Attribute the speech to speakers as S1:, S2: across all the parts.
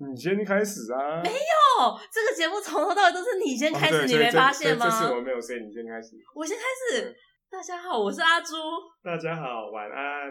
S1: 你先开始啊！没
S2: 哎哦，这个节目从头到尾都是你先
S1: 哦
S2: 开始，你没发现吗？
S1: 这次我没有所以你先开始。
S2: 我先开始。大家好，我是阿朱。
S1: 大家好，晚安。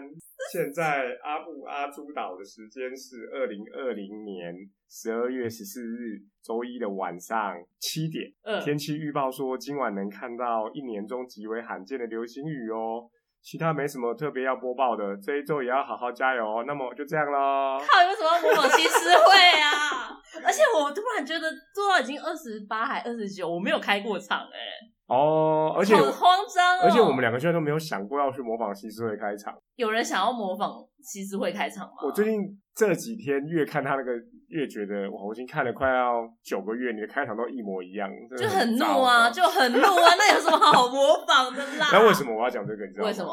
S1: 现在阿布阿朱岛的时间是二零二零年十二月十四日周一的晚上七点。
S2: 嗯
S1: 天气预报说今晚能看到一年中极为罕见的流星雨哦。其他没什么特别要播报的，这一周也要好好加油哦。那么就这样喽。
S2: 靠，有什么某某其实会啊？ 而且我突然觉得做到已经二十八还二十九，我没有开过场哎、
S1: 哦，而且
S2: 好慌张哦。
S1: 而且我们两个居然都没有想过要去模仿西施会开场。
S2: 有人想要模仿西施会开场吗？
S1: 我最近这几天越看他那个，越觉得哇，我已经看了快要九个月，你的开场都一模一样，真的
S2: 就很
S1: 很
S2: 怒
S1: 糟
S2: 啊，
S1: 糕
S2: 就很怒啊，那有什么好模仿的啦？
S1: 那为什么我要讲这个？你知道吗
S2: 为什么？？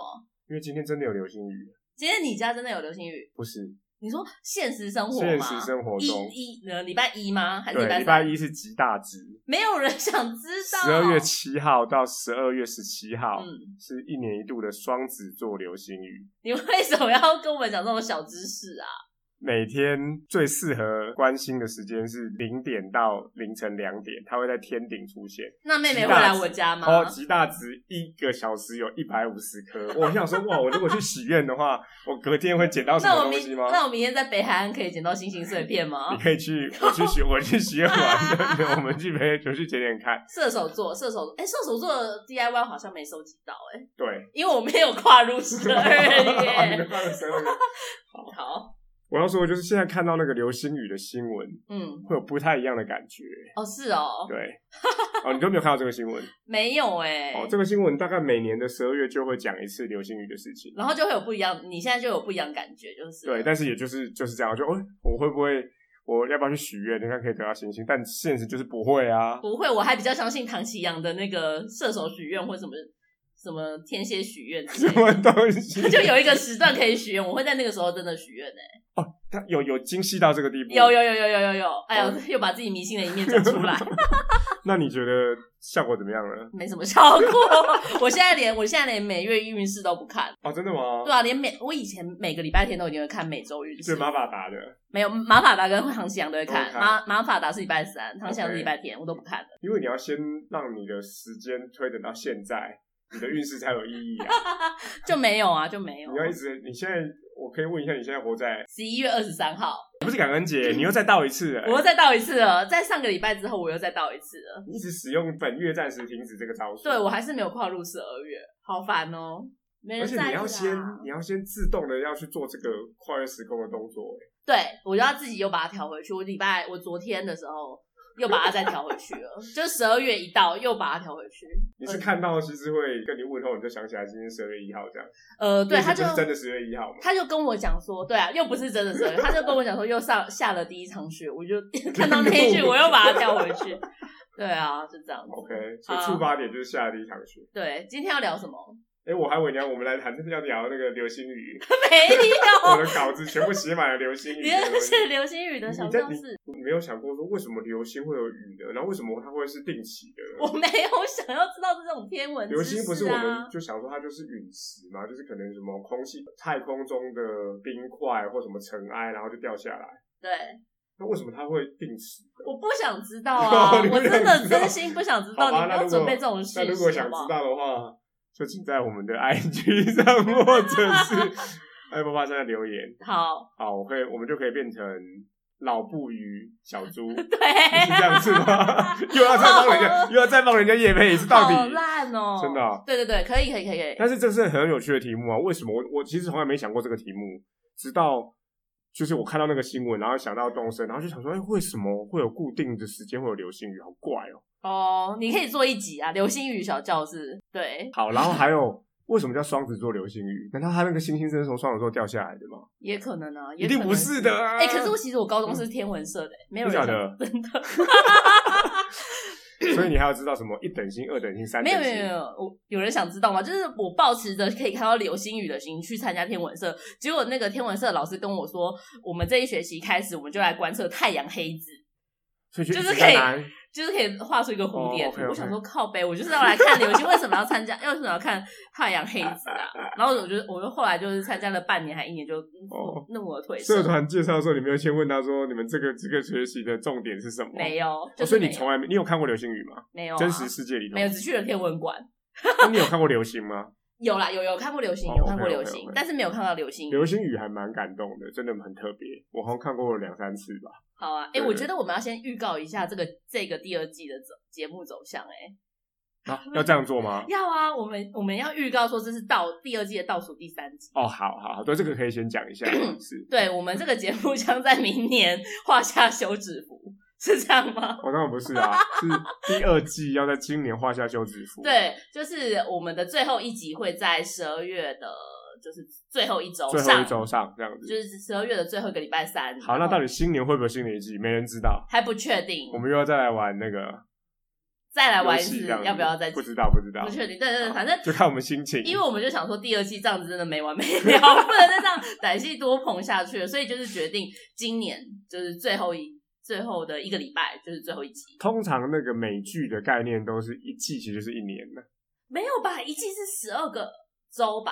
S1: 因为今天真的有流星雨，
S2: 今天你家真的有流星雨？
S1: 不是
S2: 你说现实生活吗？
S1: 现实生活
S2: 一
S1: 中，
S2: 一呃礼拜一吗？还是
S1: 对，
S2: 礼拜
S1: 礼拜
S2: 三？
S1: 一是极大值，
S2: 没有人想知道。
S1: 十二月七号到十二月十七号、
S2: 嗯，
S1: 是一年一度的双子座流星雨，
S2: 你为什么要跟我们讲这种小知识啊？
S1: 每天最适合关心的时间是零点到凌晨两点，它会在天顶出现。
S2: 那妹妹会来我家吗？
S1: 哦，极大值一个小时有一百五十颗。我想说，哇，我如果去许愿的话，我隔天会捡到什
S2: 那
S1: 么
S2: 我
S1: 东
S2: 明
S1: 西吗？
S2: 那我明天在北海岸可以捡到星星碎片吗
S1: 你？可以去，我去许，我去许愿完，对我们去陪球去捡捡看。
S2: 射手座，射手，哎、射手座的 DIY 好像没收集到、诶哎，
S1: 对，
S2: 因为我没有跨入十 二
S1: 你
S2: 月
S1: 们。放了12月哦
S2: 好，
S1: 我要说，的就是现在看到那个流星雨的新闻，
S2: 嗯，
S1: 会有不太一样的感觉。
S2: 哦，是哦，
S1: 对，哦，你都没有看到这个新 闻
S2: 没有哎、
S1: 哦。这个新闻大概每年的十二月就会讲一次流星雨的事情。
S2: 然后就会有不一样，你现在就有不一样感觉，就是
S1: 对，但是也就是就是这样，就哦，我会不会我要不要去许愿，应该可以得到星星？但现实就是不会啊。
S2: 不会，我还比较相信唐奇阳的那个射手许愿或什么什么天蝎许愿之
S1: 什
S2: 类的，
S1: 么嗯东西？
S2: 就有一个时段可以许愿，我会在那个时候真的许愿呢。
S1: 他有有精细到这个地步？
S2: 有。有有有有有有，哎呦
S1: 哦，
S2: 又把自己迷信的一面讲出来，
S1: 那你觉得效果怎么样呢？
S2: 没什么效果。我现在连我现在连每月运势都不看，
S1: 哦，真的吗？
S2: 对啊，连每我以前每个礼拜天都一定会看每周运势，
S1: 是马法达的，
S2: 没有马法达跟唐奇阳都会看，
S1: 都看
S2: 马马法达是礼拜三，唐奇阳是
S1: OK
S2: 礼拜天，我都不看的。
S1: 因为你要先让你的时间推等到现在，你的运势才有意义啊！
S2: 就没有啊，就没有
S1: 你。要一直，你现在，我可以问一下，你现在活在
S2: 十一月二十三号，
S1: 不是感恩节，你又再倒一次了，
S2: 我又再倒一次了，在上个礼拜之后我又再倒一次了。
S1: 你一直使用本月暂时停止这个招数。
S2: 对，我还是没有跨入十二月，好烦哦，没
S1: 而
S2: 人
S1: 且
S2: 在
S1: 你
S2: 意
S1: 要
S2: 啦
S1: 先，你要先自动的要去做这个跨越时空的动作、欸
S2: 对我就要自己又把它调回去。我礼拜我昨天的时候又把它再调回去了，就是十二月一到又把它调回去。
S1: 你是看到其实会跟你问候，你就想起来今天十二月一号这样。
S2: 呃，对，
S1: 因为
S2: 他
S1: 这
S2: 就
S1: 不是真的十月一号嘛？
S2: 他就跟我讲说，对啊，又不是真的十二月，他就跟我讲说又上下了第一场雪，我就 看到那一句我又把它调回去。对啊，就这样子。
S1: OK，所以
S2: 好
S1: 触发点就是下第一场雪。
S2: 对，今天要聊什么？
S1: 哎、我还以为你要我们来谈要聊那个流星雨，
S2: 没
S1: 我
S2: 有，
S1: 的稿子全部写满了流 星雨
S2: 你
S1: 这个东
S2: 那
S1: 西。
S2: 是流星雨的小
S1: 你在
S2: 教室。
S1: 你没有想过说为什么流星会有雨呢？然后为什么它会是定期的呢？
S2: 我没有想要知道这种天文
S1: 流
S2: 知
S1: 星不
S2: 识
S1: 是我
S2: 啊
S1: 们。就想说它就是陨石嘛，就是可能什么空气太空中的冰块或什么尘埃，然后就掉下来。
S2: 对，
S1: 那为什么它会定时的？
S2: 我不想知 道啊，
S1: 哦你
S2: 我
S1: 不想知道
S2: 真的真心不想知道。
S1: 好
S2: 你不
S1: 吧那
S2: 要
S1: 如果
S2: 准备这种
S1: 那
S2: 讯
S1: 如果
S2: 息，好
S1: 想
S2: 不
S1: 知
S2: 好？
S1: 道的话，就请在我们的 IG 上或者 是爱爸爸上面留言。
S2: 好，
S1: 好，我可以，我们就可以变成老布鱼小猪，是
S2: 对，
S1: 这样子吗？又要再帮 人家，又要再帮人家夜配一次，到底
S2: 好烂哦，
S1: 真的啊
S2: 对对对，可以可以可以可以，
S1: 但是这是很有趣的题目啊！为什么我我其实从来没想过这个题目，直到就是我看到那个新闻，然后想到动身，然后就想说，哎、为什么会有固定的时间会有流星雨？好怪哦、
S2: 哦，你可以做一集啊，《流星雨小教室》。对，
S1: 好，然后还有为什么叫双子座流星雨？难道它那个星星真的是从双子座掉下来的吗？
S2: 也可能啊，
S1: 一
S2: 也
S1: 定
S2: 可能
S1: 不是的啊！
S2: 哎、可是我其实我高中是天文社的、没有
S1: 不
S2: 人
S1: 晓
S2: 想
S1: 得，
S2: 真的，
S1: 所以你还要知道什么一等星、二等星、三
S2: 没
S1: 等
S2: 有
S1: 星。
S2: 没有没有，我有人想知道吗？就是我抱持着可以看到流星雨的心去参加天文社，结果那个天文社老师跟我说，我们这一学期开始我们就来观测太阳黑子。
S1: 所以
S2: 就是
S1: 一直
S2: 可以
S1: 在南
S2: 就是可以画出一个蝴蝶
S1: 哦
S2: 图。
S1: ，OK，OK
S2: 我想说靠背，我就是要来看流星，为什么要参加？为什么要看太阳黑子啊？然后我就我就后来就是参加了半年还一年就
S1: 哦
S2: 弄我腿
S1: 社团介绍的时候，你没有先问他说你们这个这个学习的重点是什么？
S2: 没
S1: 有，
S2: 有，就
S1: 哦
S2: 是
S1: 所以
S2: 没
S1: 你
S2: 有、
S1: 从来没你有看过流星雨吗？
S2: 没有啊
S1: 真实世界里头
S2: 没有，只去了天文馆。
S1: 那你有看过流 星吗？
S2: 有啦，有有看过流星，
S1: 哦
S2: 有看过
S1: OK，OK，
S2: 流星
S1: OK，
S2: 但是没有看到流星。
S1: 流星雨还蛮感动的，真的很特别。我好像看过两三次吧。
S2: 好啊，哎、
S1: 对
S2: 我觉得我们要先预告一下这个这个第二季的走节目走向、哎，
S1: 啊，要这样做吗？
S2: 要啊，我们我们要预告说这是倒第二季的倒数第三集。
S1: 哦，好好好，对，这
S2: 嗯
S1: 个可以先讲一 下。是，
S2: 对我们这个节目将在明年画下休止符，是这样吗？
S1: 哦，当然不是啊，是第二季要在今年画下休止符。，
S2: 对，就是我们的最后一集会在十二月的，就是最后一周
S1: 最后
S2: 上，
S1: 一周上这样子。
S2: 就是十二月的最后一个礼拜三。
S1: 好，那到底新年会不会有新年一季？没人知道。
S2: 还不确定
S1: 我，们又要再来玩那个
S2: 嗯再来玩
S1: 游
S2: 一
S1: 戏
S2: 次，
S1: 这样子，
S2: 要不要再
S1: 不知道，不知道
S2: 不，确定，对对对，反正
S1: 就看我们心情。
S2: 因为我们就想说第二季这样子真的没完没了，不能再这样歹戏多捧下去了，所以就是决定今年就是最后一最后的一个礼拜就是最后一集，
S1: 通常那个美剧的概念都是一季，其实就是一年的，
S2: 没有吧？一季是十二个周吧，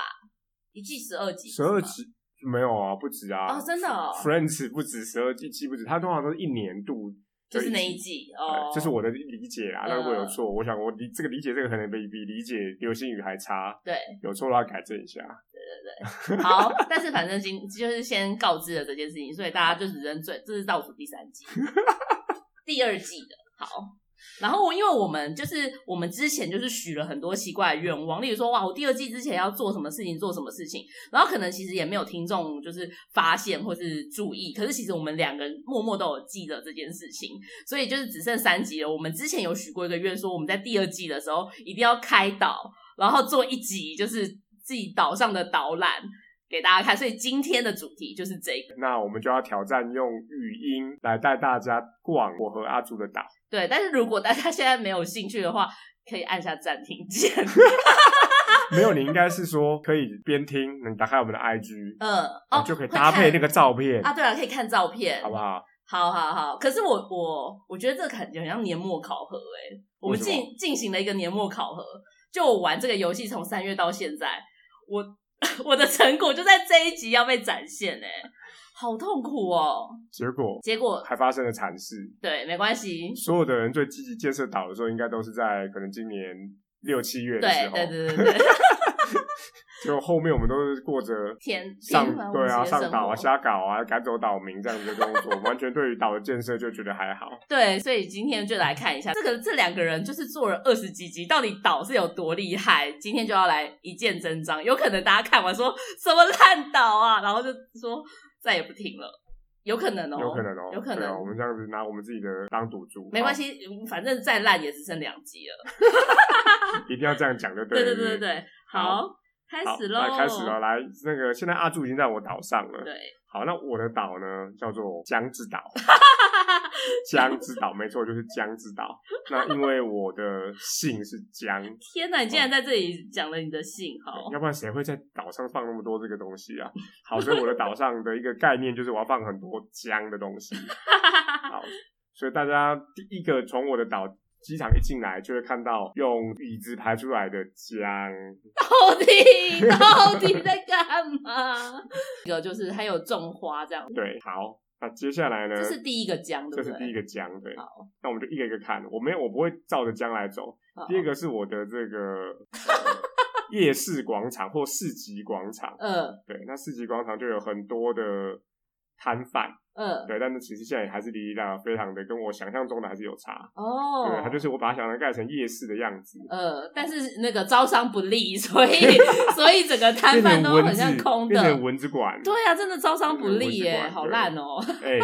S2: 一季十二集，
S1: 十二
S2: 集
S1: 集没有啊，不止啊。
S2: 哦，真的哦，
S1: Friends 不止十二季，季不止，它通常都是一年度
S2: 就
S1: 的
S2: 是那一
S1: 季
S2: 季
S1: 呃
S2: 哦，嗯
S1: 这是我的理解啦。那如果有错，我想我理这个理解这个可能比比理解流星雨还差。
S2: 对，
S1: 有错的话改正一下。
S2: 好，但是反正今就是先告知了这件事情，所以大家就只能最这是倒数第三季，第二季的好。然后因为我们就是我们之前就是许了很多奇怪的愿望，例如说哇，我第二季之前要做什么事情，做什么事情，然后可能其实也没有听众就是发现或是注意，可是其实我们两个人默默都有记得这件事情，所以就是只剩三集了。我们之前有许过一个愿，说我们在第二季的时候一定要开导，然后做一集就是自己岛上的导览给大家看。所以今天的主题就是这个，
S1: 那我们就要挑战用语音来带大家逛我和阿朱的岛。
S2: 对。但是如果大家现在没有兴趣的话，可以按下暂停键。
S1: 没有，你应该是说可以边听，你打开我们的 IG，
S2: 嗯，哦，
S1: 就可以
S2: 会
S1: 搭配
S2: 看
S1: 那个照片，
S2: 啊，对了，可以看照片，
S1: 好不好？
S2: 好好好，可是我我我觉得这个感觉很像年末考核哎、我们
S1: 为什么
S2: 进进行了一个年末考核，就我玩这个游戏从三月到现在，我 我的成果就在这一集要被展现哎、好痛苦哦。
S1: 结果
S2: 结果
S1: 还发生了惨事，
S2: 对，没关系，
S1: 所有的人最积极建设岛的时候，应该都是在可能今年六七月的
S2: 对
S1: 时候。
S2: 对对对 对，
S1: 就后面我们都是过着
S2: 天
S1: 上
S2: 天然
S1: 对啊
S2: 无邪的
S1: 上岛啊
S2: 生活
S1: 瞎搞啊赶走岛民这样子的工作， 完全对于岛的建设就觉得还好。
S2: 对，所以今天就来看一下这个这两个人就是做了二十几集，到底岛是有多厉害？今天就要来一见真章。有可能大家看完说什么烂岛啊，然后就说再也不听了，有可能哦，
S1: 有可能哦，
S2: 有可
S1: 对
S2: 能
S1: 啊，我们这样子拿我们自己的当赌注，
S2: 没关系，嗯反正再烂也只剩两集了。
S1: 好，一定要这样讲就
S2: 对对
S1: 了。
S2: 对
S1: 对
S2: 对
S1: 对，
S2: 对，
S1: 好
S2: 好，开
S1: 好，
S2: 始喽，
S1: 来开始了，来那个现在阿柱已经在我岛上了。
S2: 对，
S1: 好，那我的岛呢叫做江之 岛，江之岛没错，就是江之岛。那因为我的姓是江，
S2: 天哪，你竟然在这里讲了你的信，好
S1: 嗯对，要不然谁会在岛上放那么多这个东西啊？好，所以我的岛上的一个概念就是我要放很多姜的 东西。好，所以大家第一个从我的岛机场一进来，就会看到用椅子排出来的姜。
S2: 到 底到底在干嘛？ 一个就是还有种花这样，
S1: 对，好，那接下来呢？
S2: 这是第一个姜，对不
S1: 呃这是
S2: 对？
S1: 第一个姜，对。
S2: 好，
S1: 那我们就一个一个看，我没有，我不会照着姜来走。
S2: 好
S1: 第二个是我的这个、 呃夜市广场或市集广场，
S2: 嗯
S1: 对，那市集广场就有很多的摊贩。
S2: 嗯，
S1: 对，但是其实现在也还是离离啦，非常的跟我想象中的还是有差。
S2: 哦，
S1: 对，它就是我把它想象盖成夜市的样子，
S2: 呃，但是那个招商不利， 所以 所以整个摊
S1: 变
S2: 贩
S1: 成
S2: 都
S1: 蚊
S2: 很
S1: 子，
S2: 像空
S1: 变
S2: 的
S1: 成。蚊子馆。
S2: 对啊，真的招商不利
S1: 变成蚊子
S2: 耶，
S1: 馆
S2: 好烂哦。
S1: 哎、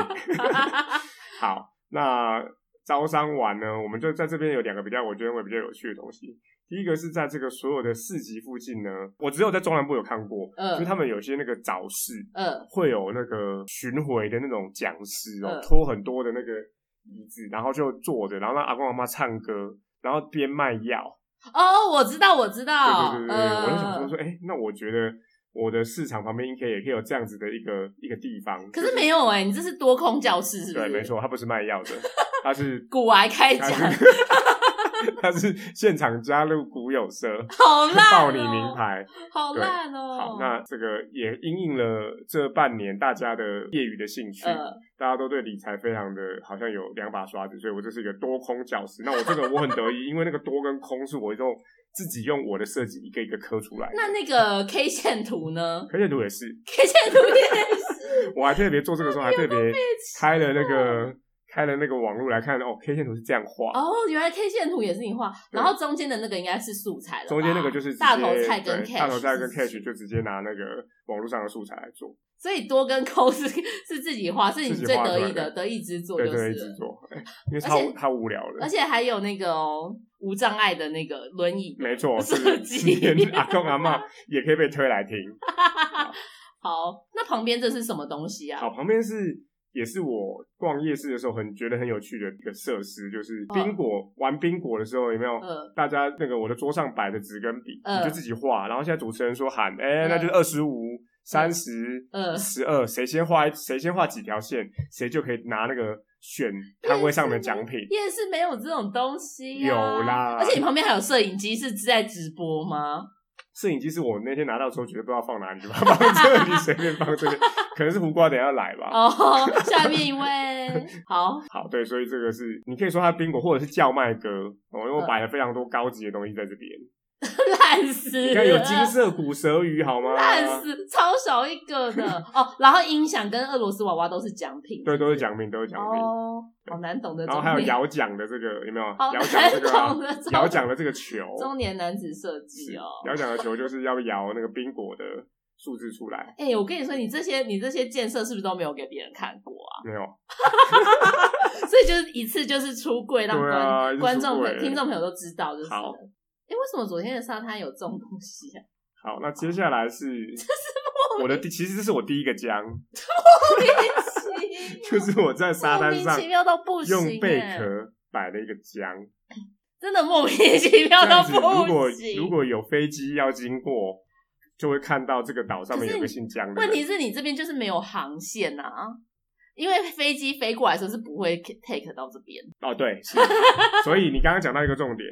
S1: 好，那招商完呢，我们就在这边有两个比较我觉得会比较有趣的东西。第一个是在这个所有的市集附近呢，我只有在中南部有看过，就是
S2: 嗯
S1: 他们有些那个早市
S2: 嗯
S1: 会有那个巡回的那种讲师哦
S2: 嗯，
S1: 拖很多的那个椅子，然后就坐着，然后让阿公阿妈唱歌，然后边卖药。
S2: 哦，我知道，我知道。
S1: 对对对对，
S2: 呃
S1: 我就想说说，哎、那我觉得我的市场旁边应该也可以有这样子的一个一个地方。
S2: 可是没有哎、你这是多空教室是不
S1: 对，
S2: 是？
S1: 没。错，它不是卖药的，它是
S2: 古癌开讲
S1: 它，是它是现场加入古有社，
S2: 好烂、
S1: 报
S2: 哦，
S1: 你名，牌。
S2: 好烂哦。
S1: 好，那这个也因应了这半年大家的业余的兴趣，
S2: 呃，
S1: 大家都对理财非常的好像有两把刷子，所以我这是一个多空教室。那我这个我很得意，因为那个多跟空是我用自己用我的设计一个一个刻出来的。
S2: 那那个 K 线图呢
S1: K 线图也是，
S2: ？K 线图 也是
S1: 我还特别做这个时候还特别
S2: 被
S1: 开了那个开了那个网络来看哦，K 线图是这样画，
S2: 哦，原来 K 线图也是你画，
S1: 对
S2: 然后中间的那个应该是素材了吧，
S1: 中间那个就是直接
S2: 啊大头菜跟
S1: 对
S2: cash，
S1: 大头菜跟
S2: 是不是
S1: cash 就直接拿那个网络上的素材来做，
S2: 所以多跟空是 是自己画，是你
S1: 自己
S2: 最
S1: 画出
S2: 得
S1: 来
S2: 意
S1: 的
S2: 的得意之作
S1: 对
S2: 就是
S1: 对，一
S2: 了
S1: 直做， 哎因为
S2: 而且
S1: 太无太无聊了
S2: 而。且还有那个哦，无障碍的那个轮椅的
S1: 没错，
S2: 设
S1: 是
S2: 计。
S1: 连阿公阿妈也可以被推来听。
S2: 好，那旁边这是什么东西啊
S1: 好，？旁边是也是我逛夜市的时候很觉得很有趣的一个设施，就是
S2: 嗯
S1: 宾果玩宾果的时候有没有？
S2: 呃，
S1: 大家那个我的桌上摆的纸跟笔，
S2: 嗯
S1: 你就自己画。然后现在主持人说喊，哎、
S2: 嗯
S1: 那就是二十五、三十、
S2: 嗯
S1: 十二，谁先画一谁先画几条线，谁就可以拿那个选摊位上的奖品。
S2: 夜市没有这种东西、啊，
S1: 有啦
S2: 而且你旁边还有摄影机，是在直播吗？
S1: 摄影机是我那天拿到的时候，绝对不知道放哪里，就把 它放这里，随便放这里。可能是胡瓜等一下来吧。
S2: 哦， 下面一位，好，
S1: 好，对，所以这个是你可以说它宾果或者是叫卖哥哦，因为我摆了非常多高级的东西在这边。
S2: 烂死
S1: 你
S2: 了，
S1: 看有金色骨舌鱼好吗？
S2: 嗯烂死，超小一个的 哦。然后音响跟俄罗斯娃娃都是奖品，
S1: 对，
S2: 不
S1: 都是奖品，都是奖品。
S2: 哦，好难懂的
S1: 然
S2: 种类。
S1: 后还有摇奖的这个有没有？
S2: 好
S1: 摇奖 这个啊
S2: 难懂的种类
S1: 摇奖的这个球，
S2: 中年男子设
S1: 是
S2: 计哦。
S1: 摇奖的球就是要摇那个宾果的数字出来，
S2: 哎、我跟你说，你这些你这些建设是不是都没有给别人看过啊？
S1: 没有？
S2: 所以就是一次就是出柜，让
S1: 对
S2: 观、
S1: 啊一次出
S2: 观众
S1: 柜
S2: 朋友听众朋友都知道就是了。
S1: 好
S2: 哎、为什么昨天的沙滩有这种东西 啊？
S1: 好，那接下来是我的第，其实这是我第一个浆，
S2: 莫名其妙
S1: 就是我在沙滩
S2: 莫
S1: 上
S2: 名其妙到不行
S1: 用贝
S2: 哎
S1: 壳摆了一个 浆。
S2: 真的莫名其妙
S1: 这样
S2: 到
S1: 子，
S2: 不
S1: 如果
S2: 行。
S1: 如果有飞机要经过，就会看到这个岛上面
S2: 可是
S1: 有个姓江的
S2: 问
S1: 人。
S2: 题是你这边就是没有航线啊，因为飞机飞过来的时候是不会 take 到这边。
S1: 哦，对，是。所以你刚刚讲到一个重点，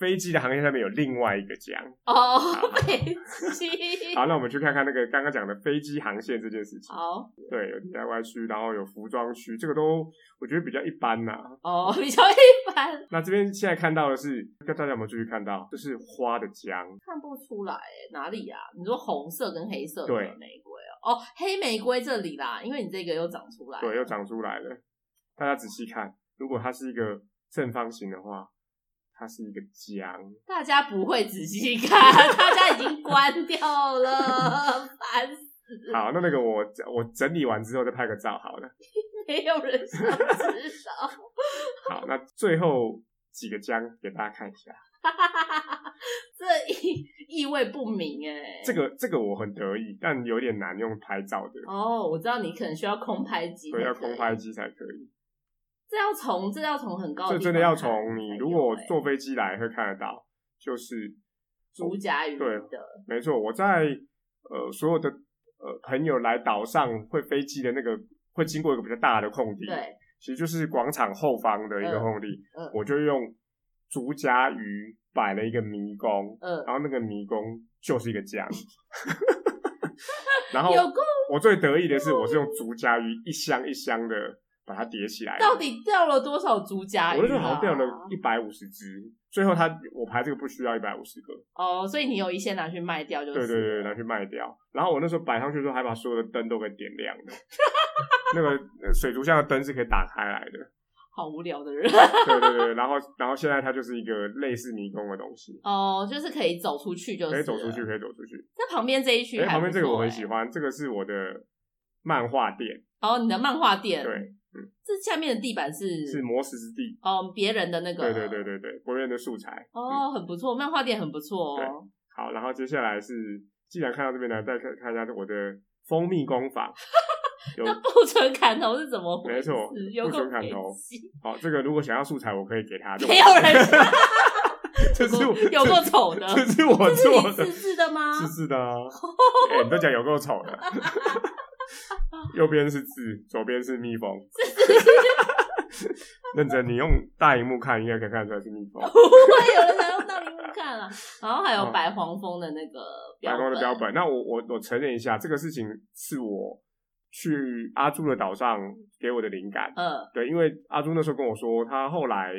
S1: 飞机的行业下面有另外一个江。
S2: 哦，飞机。
S1: 好，那我们去看看那个刚刚讲的飞机航线这件事情。
S2: 好
S1: 对，有 DIY 区，然后有服装区，这个都我觉得比较一般呐、
S2: 哦， 比较一般，
S1: 那这边现在看到的是，不知道大家有没有注意看到，就是花的江。
S2: 看不出来欸哪里啊？你说红色跟黑色的
S1: 对
S2: 玫瑰哦，哦，黑玫瑰这里啦，因为你这个又长出来，
S1: 对，又长出来了。大家仔细看，如果它是一个正方形的话，它是一个江。
S2: 大家不会仔细看，大家已经关掉了，烦死，
S1: 好，那那个我我整理完之后再拍个照，好了。
S2: 没有人想知道。
S1: 好，那最后几个江给大家看一下，
S2: 这意意味不明哎、
S1: 这个这个我很得意，但有点难用拍照的，
S2: 哦，我知道你可能需要空拍机，
S1: 所以要空，拍机才可以。
S2: 这要从这要从很高
S1: 这
S2: 的地方看才有欸，欸
S1: 真的要从你如果坐飞机来会看得到，就是
S2: 竹夹鱼
S1: 对
S2: 的，
S1: 没错，我在呃所有的呃朋友来岛上会飞机的那个会经过一个比较大的空地，
S2: 对，
S1: 其实就是广场后方的一个
S2: 嗯
S1: 空地，
S2: 嗯
S1: 我就用竹夹鱼摆了一个迷宫。
S2: 呃，
S1: 然后那个迷宫就是一个江。 然后
S2: 有够
S1: 我最得意的是，我是用竹夹鱼一箱一箱的把它叠起来。
S2: 到底掉了多少竹夹鱼、啊？
S1: 我那时候好像掉了一百五十只，最后它我排这个不需要一百五十个，
S2: 哦，所以你有一些拿去卖掉，就
S1: 对
S2: 是啊
S1: 对对，拿去卖掉。然后我那时候摆上去的时候，还把所有的灯都给点亮 了。那个呃水族箱的灯是可以打开来的，
S2: 好无聊的 人
S1: 对对对。然后然后现在它就是一个类似迷宫的东西，
S2: 哦，就是可以走出去，就是
S1: 可
S2: 了
S1: 以走出去，。可以走出去。
S2: 那旁边这一区、
S1: 哎，旁边这个我很喜
S2: 欢。
S1: 欢，这个是我的漫画店，
S2: 哦，你的漫画店，
S1: 对，
S2: 这下面的地板是
S1: 是磨石之地。
S2: 哦别人的那个，
S1: 对对嗯对，对对，国人的素材。
S2: 哦，很不错，漫画店很不错哦。
S1: 好，然后接下来是，既然看到这边呢，再看看一下我的蜂蜜工坊。 有
S2: 那不纯砍头是怎么回事？
S1: 没错
S2: 有
S1: 不
S2: 够
S1: 纯砍头
S2: 北极
S1: 好，这个如果想要素材，我可以给他。这我
S2: 没有人，
S1: 这是我
S2: 有够丑的，
S1: 这是我
S2: 这是
S1: 做
S2: 你
S1: 的
S2: 自，制的吗？
S1: 是是的啊。哎、你都讲有够丑的，右边是字，左边是蜜蜂。认真，你用大荧幕看，应该可以看得出来是蜜 蜂。
S2: 不会有人拿用大荧幕看啊。然后还有白黄蜂的那个标
S1: 白
S2: 本，
S1: 宫的标本。那我我我承认一下，这个事情是我去阿朱的岛上给我的灵感。
S2: 呃，
S1: 对，因为阿朱那时候跟我说，他后来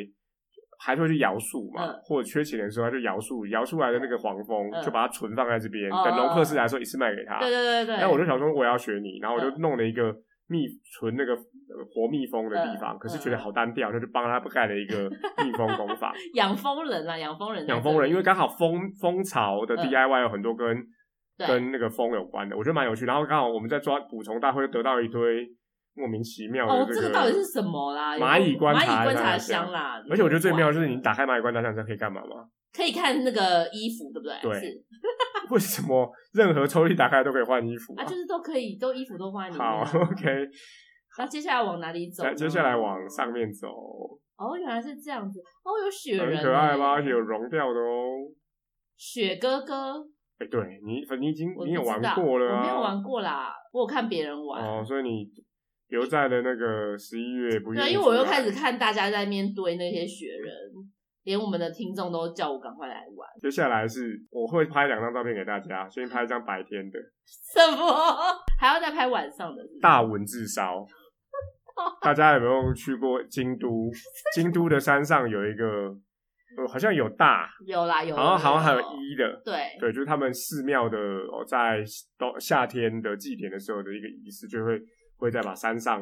S1: 还是会去摇树嘛，
S2: 嗯
S1: 或者缺钱的时候他就摇树，摇出来的那个黄蜂、
S2: 嗯
S1: 就把它存放在这边，
S2: 哦
S1: 等农客市来的时候一次卖给他。
S2: 对对对对，
S1: 然后哎我就想说我也要学你，然后我就
S2: 嗯
S1: 弄了一个蜜存那个呃活蜜蜂的地方，
S2: 嗯
S1: 可是觉得好单调，那就帮他盖了 一个蜜蜂工坊，
S2: 养蜂人啦，养蜂人在这里，
S1: 养蜂人，因为刚好蜂蜂巢的
S2: 嗯
S1: DIY 有很多跟、
S2: 对
S1: 跟那个蜂有关的，我觉得蛮有趣。然后刚好我们在抓捕虫大会得到一堆莫名其妙
S2: 哦
S1: 的，
S2: 这
S1: 个
S2: 个到底是什么啦？
S1: 蚂蚁观察
S2: 蚂蚁观察
S1: 箱
S2: 箱啦，
S1: 啊而且我觉得最妙的是，你打开蚂蚁观察箱，你知道可以干嘛吗？
S2: 可以看那个衣服，对不对？
S1: 对
S2: 是
S1: 为什么任何抽屉打开都可以换衣服
S2: 啊，就是都可以，都衣服都放在里面
S1: 好
S2: 啊。
S1: ，OK，
S2: 那接下来往哪里走
S1: 那
S2: 呢？
S1: 接下来往上面走，
S2: 哦，原来是这样子。哦，有雪人
S1: 很
S2: 欸，
S1: 可爱吧？而且有融掉的哦。
S2: 雪哥哥，
S1: 哎，对你，你已经
S2: 我
S1: 你有
S2: 不知
S1: 玩
S2: 道
S1: 过了
S2: 我
S1: 啊？
S2: 没有玩啊过啦，我有看别人玩。
S1: 哦，所以你留在了那个十一月不愿意
S2: 对，因为我又
S1: 出来
S2: 开始，看大家在面堆那些雪人，连我们的听众都叫我赶快来玩。
S1: 接下来是我会拍两张照片给大家，先拍一张白天 的
S2: 什么？还要再拍晚上的是不是
S1: 大蚊子 烧。大家有没有去过京都？京都的山上有一个，呃，好像有大，
S2: 有啦有啦，哎
S1: 然后好像还有
S2: 一
S1: 一的，
S2: 对
S1: 对，就是他们寺庙的哦，在冬夏天的祭典的时候的一个仪式，就会会再把山上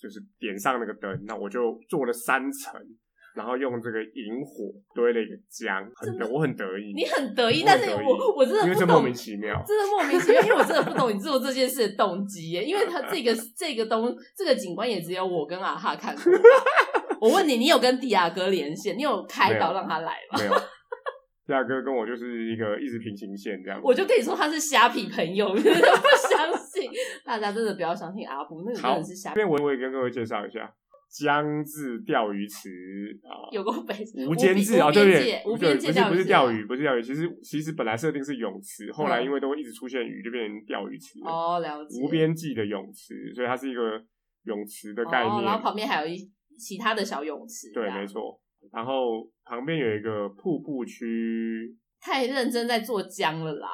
S1: 就是点上那个灯。那我就做了三层，然后用这个引火堆了一个浆，很得我很得意，
S2: 你很得意，
S1: 我
S2: 但
S1: 很
S2: 是
S1: 得意
S2: 我我真
S1: 因
S2: 的
S1: 为
S2: 不
S1: 这
S2: 懂，
S1: 莫名其妙。
S2: 真的莫名其妙，因为我真的不懂你做这件事的动机耶，因为他这个这个东这个景观也只有我跟阿哈看过。 我问你，你有跟迪亚哥连线？你有开导
S1: 没有
S2: 让他来吗？
S1: 没有，亚哥跟我就是一个一直平行线这样。
S2: 我就跟你说他是虾皮朋友，不 相信大家真的不要相信阿布，那个真的是虾
S1: 这边我我也跟各位介绍一下江字钓鱼池啊。
S2: 有够悲，
S1: 无间制啊，
S2: 无
S1: 对
S2: 边界，？无
S1: 不对
S2: 边
S1: 对，
S2: 界
S1: 不是不是
S2: 钓啊嗯
S1: 钓鱼，不是钓鱼，其实其实本来设定是泳池，后来因为都会一直出现鱼，就变成钓鱼池，
S2: 哦，了解
S1: 无边际的泳池，所以它是一个泳池的
S2: 哦，
S1: 概
S2: 然后
S1: 念。
S2: 旁边还有一其他的小泳池，
S1: 对，没。错。然后旁边有一个瀑布区，
S2: 太认真在做姜了 啦，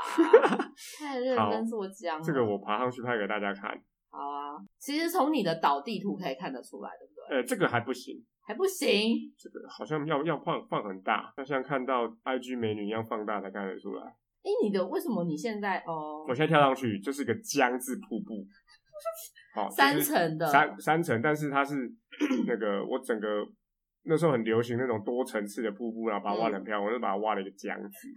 S2: 太认真做姜了。
S1: 这个我爬上去拍给大家看。
S2: 好啊，其实从你的导地图可以看得出来，对不对？
S1: 呃，这个还不行，
S2: 还不行，
S1: 这个好像要要放放很大，要像看到 IG 美女一样放大才看得出来。
S2: 哎，你的为什么你现在哦
S1: 我现在跳上去，这是个江字瀑布，好、就是
S2: 三层的
S1: 三三层，但是它是 那个我整个那时候很流行那种多层次的瀑布，然后把它挖
S2: 嗯
S1: 得很漂亮，我就把它挖了一个江字。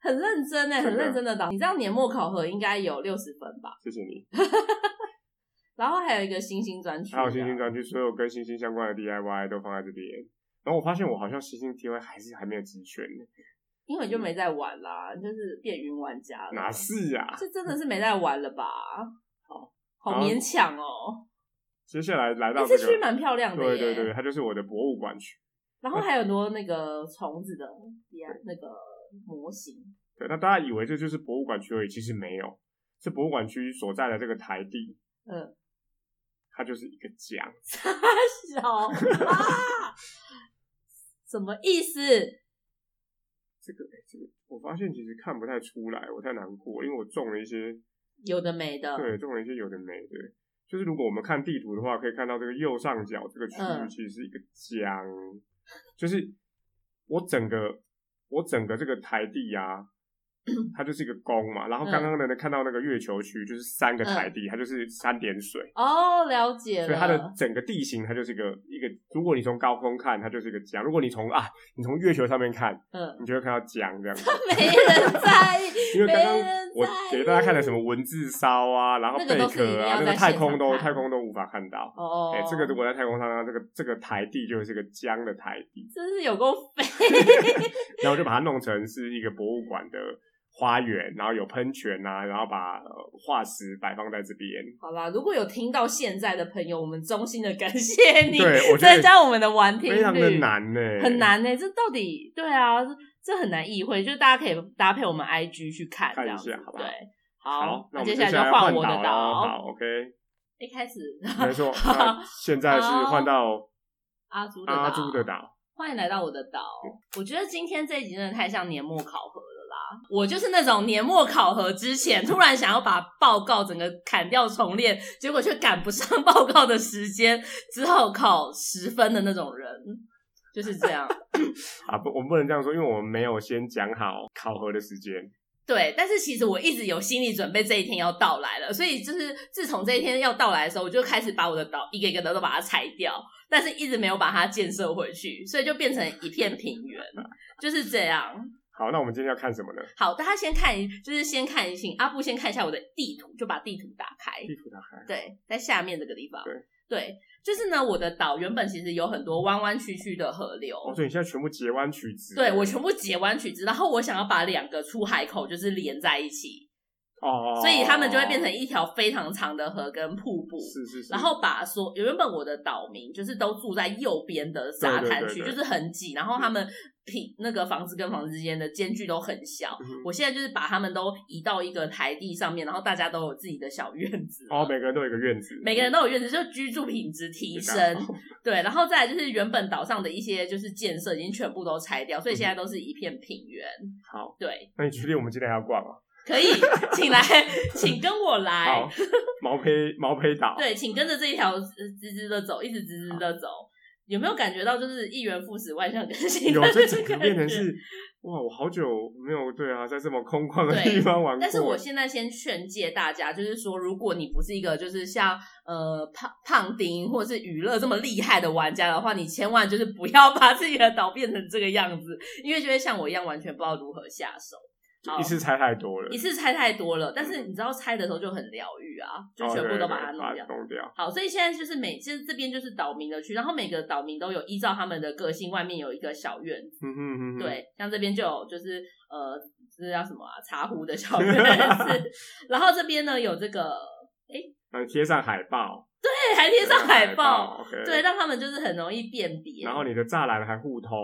S2: 很认真哎，
S1: 真的
S2: 很认真的导，你这样年末考核应该有六十分吧？
S1: 谢谢你，
S2: 然后还有一个星星专区，啊
S1: 还有星星专区，所有跟星星相关的 DIY 都放在这边。然后我发现我好像星星 DIY 还是还没有集全呢，
S2: 因为你就没在玩啦，你就是变云玩家了。
S1: 哪是啊？
S2: 这真的是没在玩了吧？好，好
S1: 好
S2: 勉强哦。
S1: 接下来来到
S2: 那
S1: 这
S2: 这区
S1: 个，
S2: 蛮漂亮的
S1: 对
S2: 耶，
S1: 对对，它就是我的博物馆区。
S2: 然后还有很多那个虫子的那个模型，
S1: 对，那大家以为这就是博物馆区而已，其实没有，是博物馆区所在的这个台地，
S2: 嗯，
S1: 它就是一个江。
S2: 小啊，什么意思？
S1: 这个，哎这个，我发现其实看不太出来，我太难过，因为我中了一些，
S2: 有的没的，
S1: 对，中了一些有的没的。就是如果我们看地图的话，可以看到这个右上角这个区域
S2: 嗯
S1: 其实是一个江，就是我整个我整个这个台地啊，它就是一个宫嘛。然后刚刚呢看到那个月球区，就是三个台地，它就是三点水。
S2: 哦，了解
S1: 所以
S2: 了。
S1: 它的整个地形，它就是一个一个。如果你从高空看，它就是一个江；如果你从啊，你从月球上面看，
S2: 嗯，
S1: 你就会看到江这样子。
S2: 没人在意，
S1: 因为刚刚
S2: 没人
S1: 我
S2: 在
S1: 给大家看的什么文字烧啊，然后
S2: 那
S1: 贝
S2: 个都是一
S1: 壳
S2: 定
S1: 啊，
S2: 要
S1: 那
S2: 在
S1: 个太
S2: 现场
S1: 空都
S2: 看
S1: 太空都无法看到。
S2: 哦，
S1: 哎、这个如果在太空上看到，这个这个台地就是一个江的台地，
S2: 真是有够肥，
S1: 然后我就把它弄成是一个博物馆的花园，然后有喷泉啊，然后把呃化石摆放在这边。
S2: 好啦，如果有听到现在的朋友，我们衷心的感谢你，
S1: 对，我觉
S2: 增
S1: 得
S2: 加我们的玩听率，
S1: 非常的难欸呢、
S2: 很。难呢、这到底对啊，这这很难意会，就是大家可以搭配我们 IG 去看，这
S1: 看一
S2: 样子
S1: 下好不好
S2: 对，
S1: 好，那我们
S2: 接
S1: 接
S2: 下
S1: 下
S2: 来
S1: 来
S2: 就
S1: 换
S2: 我的哦
S1: 岛了。好，OK，
S2: 一开始
S1: 没错。那现在是换到
S2: 阿朱的
S1: 啊阿
S2: 岛，
S1: 朱的岛，
S2: 欢迎来到我的岛。我觉得今天这一集真的太像年末考核了啦！我就是那种年末考核之前突然想要把报告整个砍掉重练，结果却赶不上报告的时间，只好考十分的那种人，就是这样。
S1: 啊，不，我们不能这样说，因为我们没有先讲好考核的时间。
S2: 对，但是其实我一直有心理准备这一天要到来了，所以就是自从这一天要到来的时候，我就开始把我的岛一个一个的都把它拆掉，但是一直没有把它建设回去，所以就变成一片平原，就是这样。
S1: 好，那我们今天要看什么呢？
S2: 好，大家先看一，就是先看一下阿布先看一下我的地图，就把地图打开。
S1: 地图打开。
S2: 对，在下面这个地方。
S1: 对
S2: 就是呢，我的岛原本其实有很多弯弯曲曲的河流。
S1: 哦，所以你现在全部截弯取直。
S2: 对，我全部截弯曲直，然后我想要把两个出海口就是连在一起，
S1: 哦，
S2: 所以它们就会变成一条非常长的河跟瀑布。
S1: 是是是。
S2: 然后把所原本我的岛民就是都住在右边的沙滩区，
S1: 对对对对嗯
S2: 就是很挤，然后他们平那个房子跟房子之间的间距都很小。
S1: 嗯哼
S2: 我现在就是把他们都移到一个台地上面，然后大家都有自己的小院子了，
S1: 哦，每个人都有一个院子，
S2: 每个人都有院子，就居住品质提升。对，然后再来就是原本岛上的一些就是建设已经全部都拆掉，所以现在都是一片平原。
S1: 嗯好，
S2: 对，
S1: 那你决定我们今天要逛吗？
S2: 可以，请来，请跟我来
S1: 好。，毛坯毛坯岛，
S2: 对，请跟着这一条呃直直的走，一直直直的走。有没有感觉到就是一元复始，万象更新？
S1: 有这整个变成是哇，我好久没有对啊，在这么空旷的
S2: 对
S1: 地方玩过。
S2: 但是我现在先劝诫大家，就是说，如果你不是一个就是像呃胖胖丁或者是娱乐这么厉害的玩家的话，你千万就是不要把自己的岛变成这个样子，因为就会像我一样完全不知道如何下手。
S1: 就一次拆太多了，
S2: 哦一次猜太多了，但是你知道猜的时候就很疗愈啊，就
S1: 哦
S2: 全部
S1: 对
S2: 都
S1: 对
S2: 把它
S1: 对
S2: 弄
S1: 把
S2: 掉。
S1: 弄掉。
S2: 好，所以现在就是每现在这边就是岛民的区，然后每个岛民都有依照他们的个性，外面有一个小院子。
S1: 嗯哼哼哼，
S2: 对，像这边就有就是呃，这叫什么啊？茶壶的 小院子，然后这边呢有这个，
S1: 嗯，贴上海报，
S2: 对，还贴上海报，
S1: 报，OK。
S2: 对，让他们就是很容易辨别。
S1: 然后你的栅栏还互通，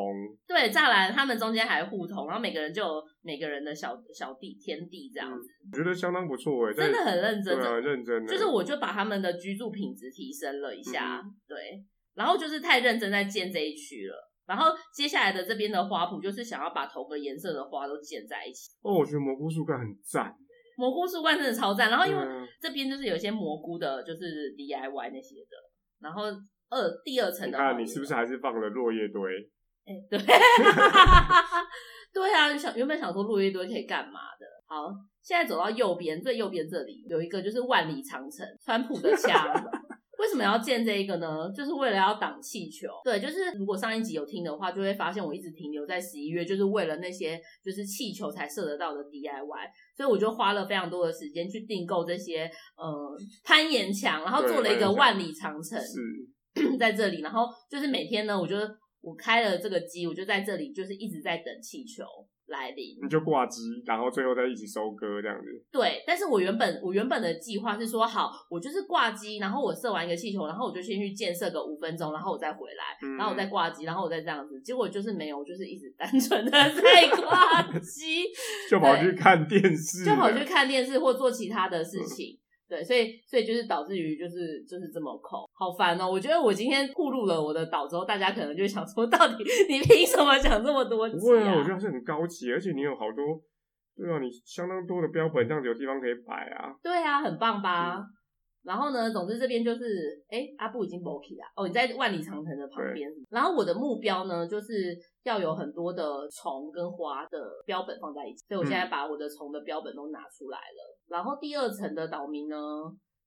S2: 对栅栏，他们中间还互通，然后每个人就有每个人的小小地天地这样子，
S1: 我觉得相当不错哎，
S2: 真的很认真。
S1: 对
S2: 这
S1: 啊，认真的。
S2: 就是我就把他们的居住品质提升了一下，
S1: 嗯
S2: 对，然后就是太认真在建这一区了。然后接下来的这边的花圃，就是想要把头个颜色的花都建在一起。
S1: 哦，我觉得蘑菇树干很赞。
S2: 蘑菇树冠真的超赞，然后哦因为
S1: 对啊
S2: 这边就是有一些蘑菇的，就是 DIY 那些的。然后二第二层
S1: 你
S2: 的话，
S1: 看你是不是还是放了落叶堆？
S2: 哎、对， 对啊，想原本想说落叶堆可以干嘛的。好，现在走到右边，最右边这里有一个就是万里长城，川普的枪。为什么要建这一个呢？就是为了要挡气球。对，就是如果上一集有听的话，就会发现我一直停留在十一月，就是为了那些就是气球才射得到的 DIY，所以我就花了非常多的时间去订购这些呃攀岩墙，然后
S1: 对
S2: 做了一
S1: 攀
S2: 个
S1: 岩墙
S2: 万里长城。
S1: 是，
S2: 在这里，然后就是每天呢，我就我开了这个机，我就在这里，就是一直在等气球来临。
S1: 你就挂机，然后最后再一起收割这样子。
S2: 对，但是我原本我原本的计划是说，好，我就是挂机，然后我射完一个气球，然后我就先去建设个五分钟，然后我再回来，
S1: 嗯
S2: 然后我再挂机，然后我再这样子。结果就是没有，我就是一直单纯的 在挂机。
S1: 就跑去看电视，欸
S2: 就跑去看电视或做其他的事情。对，所以所以就是导致于就是就是这么抠，好烦哦！我觉得我今天暴露了我的岛之后，大家可能就想说，到底你凭什么讲这么多集
S1: 不会啊，我觉
S2: 啊？
S1: 得还是很高级，而且你有好多，对啊，你相当多的标本，这样子有地方可以摆啊。
S2: 对啊，很棒吧？然后呢，总之这边就是，哎，阿布已经 b o k 啊，哦，你在万里长城的旁边。然后我的目标呢，就是要有很多的虫跟花的标本放在一起，所以我现在把我的虫的标本都拿出来了。然后第二层的岛民呢，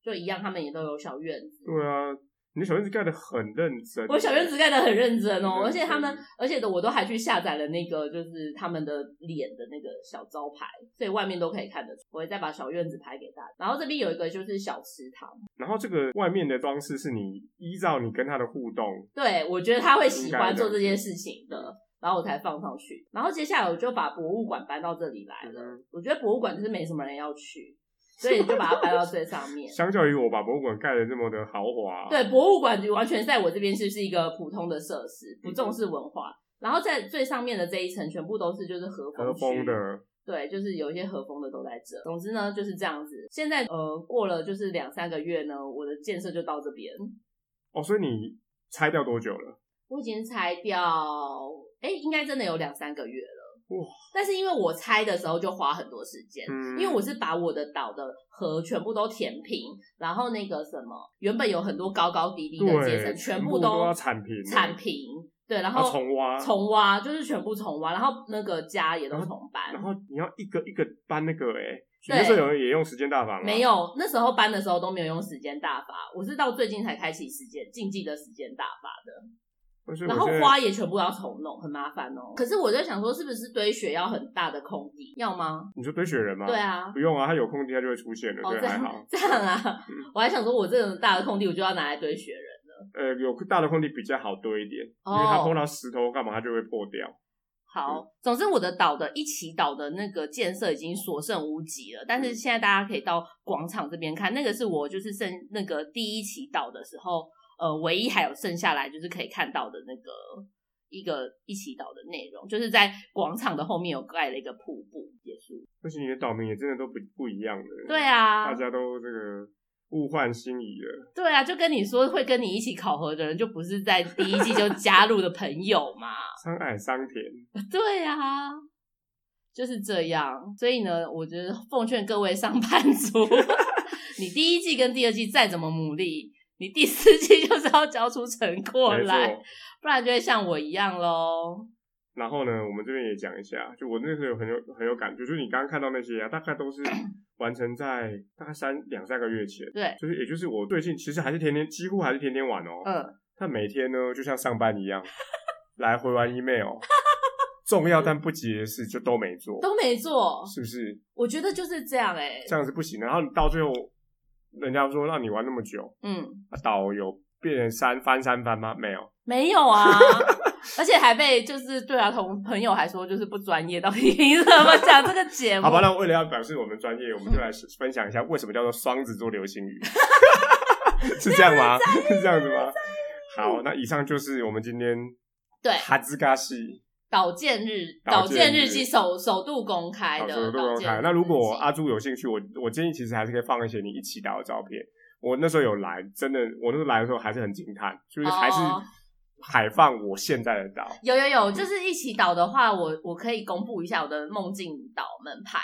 S2: 就一样，他们也都有小院子。
S1: 对啊，你的小院子盖的很认真，欸
S2: 我小院子盖的很认真哦，
S1: 嗯
S2: 而且他们，而且的我都还去下载了那个就是他们的脸的那个小招牌，所以外面都可以看得出。我会再把小院子拍给大家。然后这边有一个就是小池塘，
S1: 然后这个外面的装饰是你依照你跟它的互动，
S2: 对我觉得他会喜欢做这件事情的。然后我才放上去。然后接下来我就把博物馆搬到这里来
S1: 嗯
S2: 了。我觉得博物馆就是没什么人要去，所以就把它搬到最上 面。
S1: 相较于我把博物馆盖的这么的豪华、
S2: 对，博物馆完全在我这边就是一个普通的设施，不
S1: 嗯
S2: 重视文化。然后在最上面的这一层，全部都是就是和风
S1: 和风
S2: 区
S1: 的，
S2: 对，就是有一些和风的都在这。总之呢，就是这样子。现在呃，过了就是两三个月呢，我的建设就到这边。
S1: 哦，所以你拆掉多久了？
S2: 我已经拆掉，哎，应该真的有两三个月了。
S1: 哇！
S2: 但是因为我拆的时候就花很多时间，
S1: 嗯
S2: 因为我是把我的岛的河全部都填平，然后那个什么，原本有很多高高低低的阶
S1: 对，
S2: 层，全
S1: 部
S2: 部
S1: 都
S2: 都
S1: 要铲平，
S2: 铲平。对，然
S1: 然后
S2: 后
S1: 重挖，
S2: 重挖就是全部重挖，然后那个家也都
S1: 然后
S2: 重搬。
S1: 然后你要一个一个搬那个、欸，哎，
S2: 对
S1: 那时候有人也用时间大法吗？
S2: 没，有，那时候搬的时候都没有用时间大法，我是到最近才开启时间竞技的时间大法的。
S1: 哦所以
S2: 然
S1: 我
S2: 后
S1: 现在
S2: 花也全部要重弄，很麻烦哦。可是我在想说，是不是堆雪要很大的空地，要吗？
S1: 你说堆雪人吗？
S2: 对，啊，
S1: 不用啊，它有空间它就会出现了，
S2: 哦
S1: 所以
S2: 这
S1: 还
S2: 样
S1: 好。嗯
S2: 这样啊，我还想说我这种大的空地，我就要拿来堆雪人。
S1: 呃，有大的空地比较好堆一点，
S2: 哦
S1: 因为它碰到石头干嘛，它就会破掉。
S2: 好，总之我的岛的一起岛的那个建设已经所剩无几了，
S1: 嗯
S2: 但是现在大家可以到广场这边看，那个是我就是剩那个第一起岛的时候，呃，唯一还有剩下来就是可以看到的那个一个一起岛的内容，就是在广场的后面有盖了一个瀑布结束。
S1: 而且你的岛民也真的都不不一样的，
S2: 对
S1: 大
S2: 啊，
S1: 家都这个物换星移了。
S2: 对啊，就跟你说会跟你一起考核的人，就不是在第一季就加入的朋友嘛。
S1: 伤矮伤甜，
S2: 对啊，就是这样。所以呢，我觉得奉劝各位上班族， 你第一季跟第二季再怎么努力，你第四季就是要交出成果
S1: 没
S2: 来，
S1: 错。
S2: 不然就会像我一样喽。
S1: 然后
S2: 嗯
S1: 呢，我们这边也讲一下，就我那时候很有很有感觉，就是你刚刚看到那些啊，大概 都是完成在大概三两三个月前，
S2: 对，
S1: 就是也就是我最近其实还是天天几乎还是天天玩哦，
S2: 嗯，
S1: 但每天呢就像上班一样来回完 email，重要但不急的事就都没做，
S2: 都没做，
S1: 是不是？
S2: 我觉得就是这样哎、
S1: 这样是不行的。然后你到最后，人家说让你玩那么久，
S2: 嗯，
S1: 啊、导游变成三翻三番吗？没有，
S2: 没有啊。 而且还被就是对啊，同朋友还说就是不专业，到底凭什么嗯讲这个节目？
S1: 好吧，那为了要表示我们专业，我们就来分享一下为什么叫做双子座流星 雨， 是这样吗？是这样子吗？好，那以上就是我们今天
S2: 对
S1: 哈兹嘎西
S2: 岛建日，
S1: 岛
S2: 岛
S1: 建日
S2: 建日记首首度公开
S1: 好，
S2: 的，
S1: 都
S2: 岛
S1: 公
S2: 建日
S1: 开。
S2: 记
S1: 那如果阿朱有兴趣，我我建议其实还是可以放一些你一起打的照片。我那时候有来，真的，我那时候来的时候还是很惊叹，就是还是
S2: 哦
S1: 海放我现在的岛。
S2: 有有有，就是一起岛的话，我我可以公布一下我的梦境岛门牌，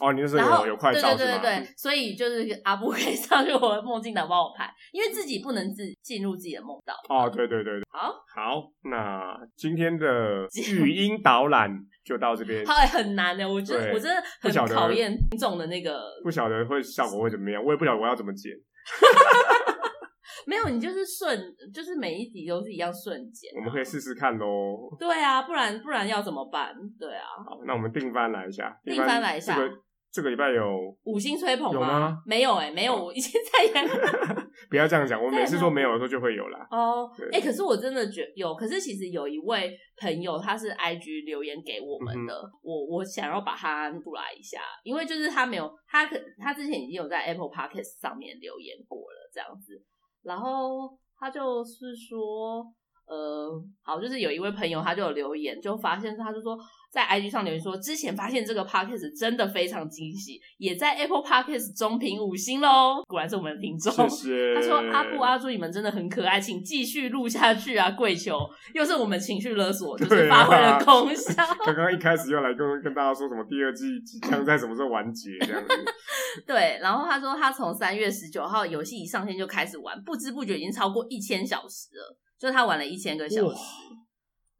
S1: 哦，你那时
S2: 然
S1: 候
S2: 后
S1: 有有快
S2: 对
S1: 照
S2: 对
S1: 是
S2: 对对
S1: 吗？嗯
S2: 对，所以就是阿布可以上去我的梦境岛帮我拍，因为自己不能自进入自己的梦岛。
S1: 哦，对对对对。
S2: 好，
S1: 好，那今天的语音导览就到这边，
S2: 好、欸，很难的、我觉
S1: 对
S2: 得我真的
S1: 不晓
S2: 很
S1: 得
S2: 考验听众的那个，
S1: 不晓得会效果会怎么样，我也不晓得我要怎么剪。
S2: 没有你就是顺，就是每一集都是一样瞬间、
S1: 我们可以试试看喽。
S2: 对啊，不然不然要怎么办？对啊，
S1: 好，那我们定番来一下，
S2: 定番来一下
S1: 这个这个礼拜有，
S2: 五星吹捧
S1: 有吗
S2: 没有哎、没有，我已经在演。
S1: 不要这样讲，我每次
S2: 对
S1: 说没有的时候就会有啦。
S2: 哦
S1: 对，
S2: 哎、可是我真的觉有，可是其实有一位朋友，他是 IG 留言给我
S1: 嗯
S2: 们的，我我想要把他出来一下，因为就是他没有，他可他之前已经有在 Apple Podcast 上面留言过了这样子，然后他就是说，呃，好，就是有一位朋友他就有留言，就发现他就说在 IG 上留言说，之前发现这个 Podcast 真的非常惊喜，也在 Apple Podcast 中评五星喽，果然是我们的听众，
S1: 谢谢。
S2: 啊他说：“阿布、阿朱，你们真的很可爱，请继续录下去啊！跪求，又是我们情绪勒索，就是
S1: 对啊
S2: 发挥了功效。
S1: 刚刚一开始又来跟跟大家说什么第二季即将在什么时候完结这样子，
S2: 对，然后他说他从三月十九号游戏一上线就开始玩，不知不觉已经超过一千小时了，就是他玩了一千个小
S1: 哇
S2: 时。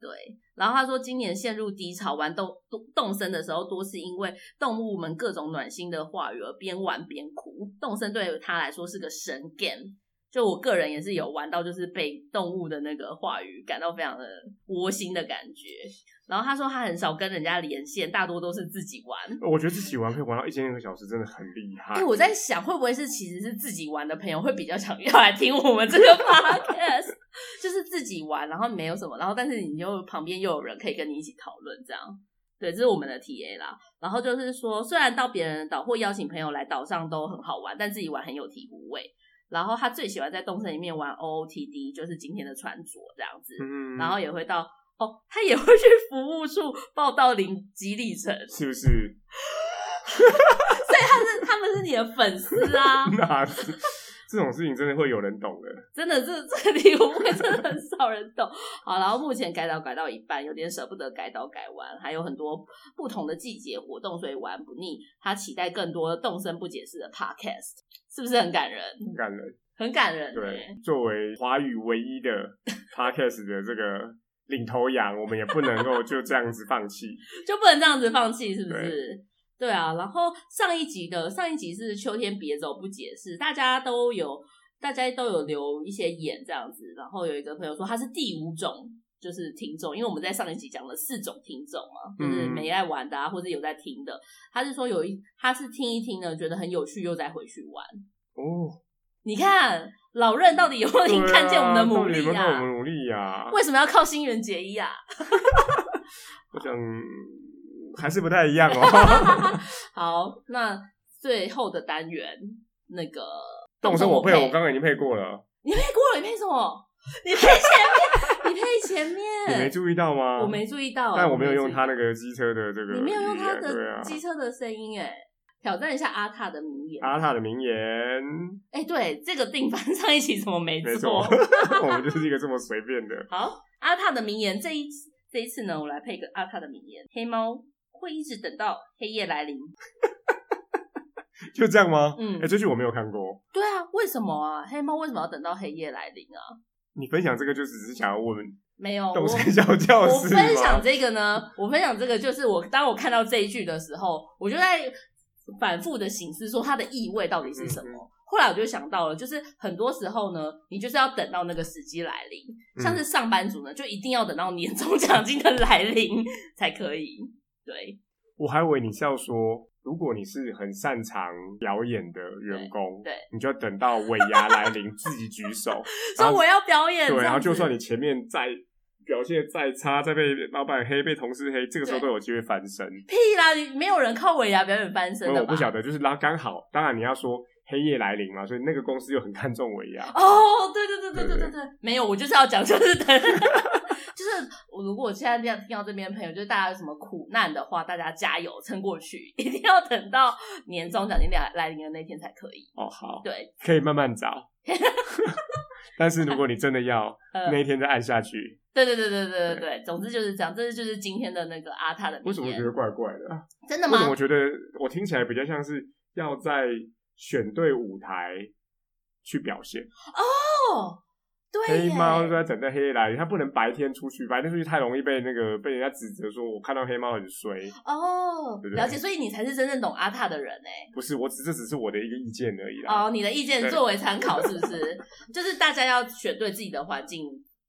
S2: 对，然后他说今年陷入低潮，玩动动动森的时候，多是因为动物们各种暖心的话语而边玩边哭。动森对他来说是个神 game。”就我个人也是有玩到，就是被动物的那个话语感到非常的窝心的感觉。然后他说他很少跟人家连线，大多都是自己玩。
S1: 我觉得自己玩可以玩到一千个小时，真的很厉害。
S2: 哎、我在想会不会是其实是自己玩的朋友会比较想要来听我们这个 podcast，就是自己玩，然后没有什么，然后但是你又旁边又有人可以跟你一起讨论这样。对，这是我们的 TA 啦。然后就是说，虽然到别人的岛或邀请朋友来岛上都很好玩，但自己玩很有体无味。然后他最喜欢在动森里面玩 OOTD，就是今天的穿着这样子。
S1: 嗯，
S2: 然后也会到哦，他也会去服务处报到零级里程，
S1: 是不是？，
S2: 所以他是他们是你的粉丝啊
S1: 那是这种事情真的会有人懂的。
S2: 真的这 这个礼物会真的很少人懂。好，然后目前改岛改到一半，有点舍不得改岛改完，还有很多不同的季节活动，所以玩不腻。他期待更多动身不解释的 podcast，是不是很感人？
S1: 很感人。
S2: 很感人、欸，
S1: 对，作为华语唯 一的 podcast 的这个领头羊，我们也不能够就这样子 放弃。
S2: 就不能这样子放弃，是不是？对啊，然后上一集的上一集是秋天别走不解释，大家都有大家都有留一些言这样子，然后有一个朋友说他是第五种就是听众，因为我们在上一集讲了四种听众嘛，就是
S1: 嗯
S2: 没爱玩的啊，或者有在听的，他是说有一他是听一听呢，觉得很有趣又再回去玩。
S1: 哦，
S2: 你看老任到底有没有
S1: 对啊
S2: 看见我们的努
S1: 到底有
S2: 力
S1: 没有看
S2: 啊？
S1: 我们努力呀？
S2: 为什么要靠新垣结衣啊？
S1: 我想还是不太一样哦。
S2: 好，那最后的单元那个
S1: 动身
S2: 身
S1: 我配，
S2: 配，
S1: 我刚刚已经配过了，
S2: 你配过了，你配什么？你配前面，你配前
S1: 你没
S2: 面，
S1: 注意到吗？
S2: 我没注意到，
S1: 但我没有用他那
S2: 个，
S1: 个机车的这个语
S2: 你没
S1: 言，
S2: 有用他
S1: 对
S2: 的
S1: 啊。
S2: 机车的声音，哎，挑战一下阿塔的名言，
S1: 阿塔的名言，
S2: 哎，对，这个定番上一期怎么没
S1: 没错
S2: 做？，
S1: 我们就是一个这么随便的。
S2: 好，阿塔的名言这一次这一次呢，我来配个阿塔的名言，黑猫会一直等到黑夜来临。
S1: 就这样吗？
S2: 嗯
S1: 哎、这句我没有看过。
S2: 对啊，为什么啊？黑猫为什么要等到黑夜来临啊？
S1: 你分享这个就只是想要问
S2: 没有，
S1: 动
S2: 哦我
S1: 身小教
S2: 我
S1: 室
S2: 分享
S1: 吗？
S2: 这个呢，我分享这个就是我当我看到这一句的时候，我就在反复的醒思说它的意味到底是什
S1: 嗯
S2: 么。后来我就想到了，就是很多时候呢，你就是要等到那个时机来临，
S1: 嗯
S2: 像是上班族呢，就一定要等到年终奖金的来临才可以。对，
S1: 我还以为你是要说，如果你是很擅长表演的员工，
S2: 对对
S1: 你就要等到尾牙来临自己举手，
S2: 所
S1: 然
S2: 以
S1: 后
S2: 我要表演，
S1: 对，
S2: 这
S1: 然后
S2: 样子
S1: 就算你前面再表现再差，再被老板黑、被同事黑，这个时候
S2: 对
S1: 都有机会翻身。
S2: 屁啦，你没有人靠尾牙表演翻身
S1: 因为
S2: 的
S1: 我
S2: 吧
S1: 不？晓得，就是然后刚好，当然你要说黑夜来临嘛，所以那个公司又很看重尾牙。
S2: 哦，对对对对对
S1: 对
S2: 对对，没有，我就是要讲，就是等， 就是我如果现在这样听到这边的朋友，就是大家有什么苦难的话，大家加油撑过去， 一定要等到年终奖金来来临的那天才可以。
S1: 哦，好，
S2: 对，
S1: 可以慢慢 找。但是如果你真的要
S2: 呃，
S1: 那一天再按下去，
S2: 对对对对对对对，总之就是这样，这就是今天的那个阿塔的名
S1: 为什么我
S2: 言
S1: 觉得怪怪的？
S2: 真的
S1: 为什么
S2: 吗
S1: 我？觉得我听起来比较像是要在选对舞台去表现？
S2: 哦，对
S1: 黑
S2: 耶，
S1: 猫就在等待黑夜来临，它不能白天出去，白天出去太容易被那个被人家指责说我看到黑猫很衰。
S2: 哦
S1: 对，不对
S2: 了解，所以你才是真正懂阿塔的人哎。
S1: 不是，我只这只是我的一个意见而已啦。
S2: 哦，你的意见
S1: 对
S2: 作为参考是不是？ 就是大家要选对自己的环境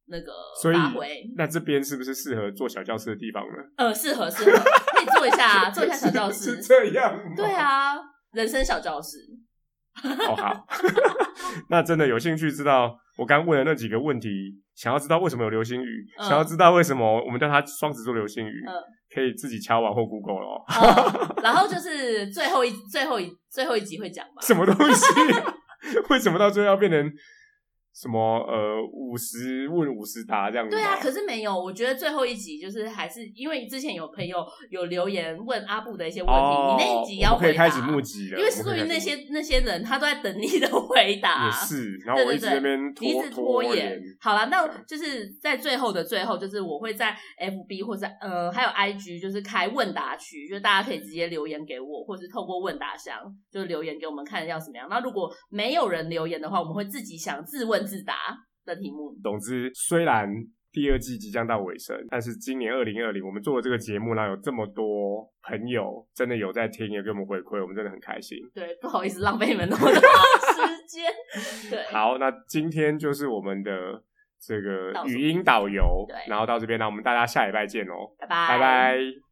S2: 那个
S1: 所以
S2: 发挥，
S1: 那这边是不是适合做小教室的地方呢？
S2: 呃，适合适合，可以做一下做一下小教
S1: 是
S2: 室
S1: 是，这样吗？
S2: 对啊，人生小教 室，
S1: 哦，好， 那真的有兴趣知道我刚问的那几个问题，想要知道为什么有流星雨，
S2: 嗯
S1: 想要知道为什么我们叫它双子座流星雨，
S2: 嗯
S1: 可以自己敲完或 Google 了、哦，
S2: 呃然后就是最后一最后一最后一集会讲吧，
S1: 什么东西？为什么到最后要变成什么呃五十问五十答这样子吗？
S2: 对啊，可是没有，我觉得最后一集就是还是因为之前有朋友有留言问阿布的一些问题，
S1: 哦，
S2: 你那一集
S1: 我
S2: 要
S1: 们可
S2: 回
S1: 以
S2: 答，
S1: 开始募集了，
S2: 因为
S1: 我们可
S2: 所
S1: 以
S2: 以那
S1: 开始募
S2: 些啊那些人他都在等你的回答，
S1: 也是，然后我一直在那边拖
S2: 你一直
S1: 拖
S2: 延
S1: 延。。啊
S2: 好了，那就是在最后的最后，就是我会在 FB 或者呃还有 IG，就是开问答区，就是大家可以直接留言给我，或是透过问答箱就是留言给我们看要什么样。那如果没有人留言的话，我们会自己想自问自答的题目。
S1: 总之，虽然第二季即将到尾声，但是今年二零二零，我们做了这个节目，然后有这么多朋友真的有在听，也给我们回馈，我们真的很开心。
S2: 对，不好意思浪费你们那么多时 间。对，
S1: 好，那今天就是我们的这个
S2: 倒数
S1: 语音导游
S2: 对，
S1: 然后到这边，那我们大家下礼拜见哦，
S2: 拜拜，
S1: 拜拜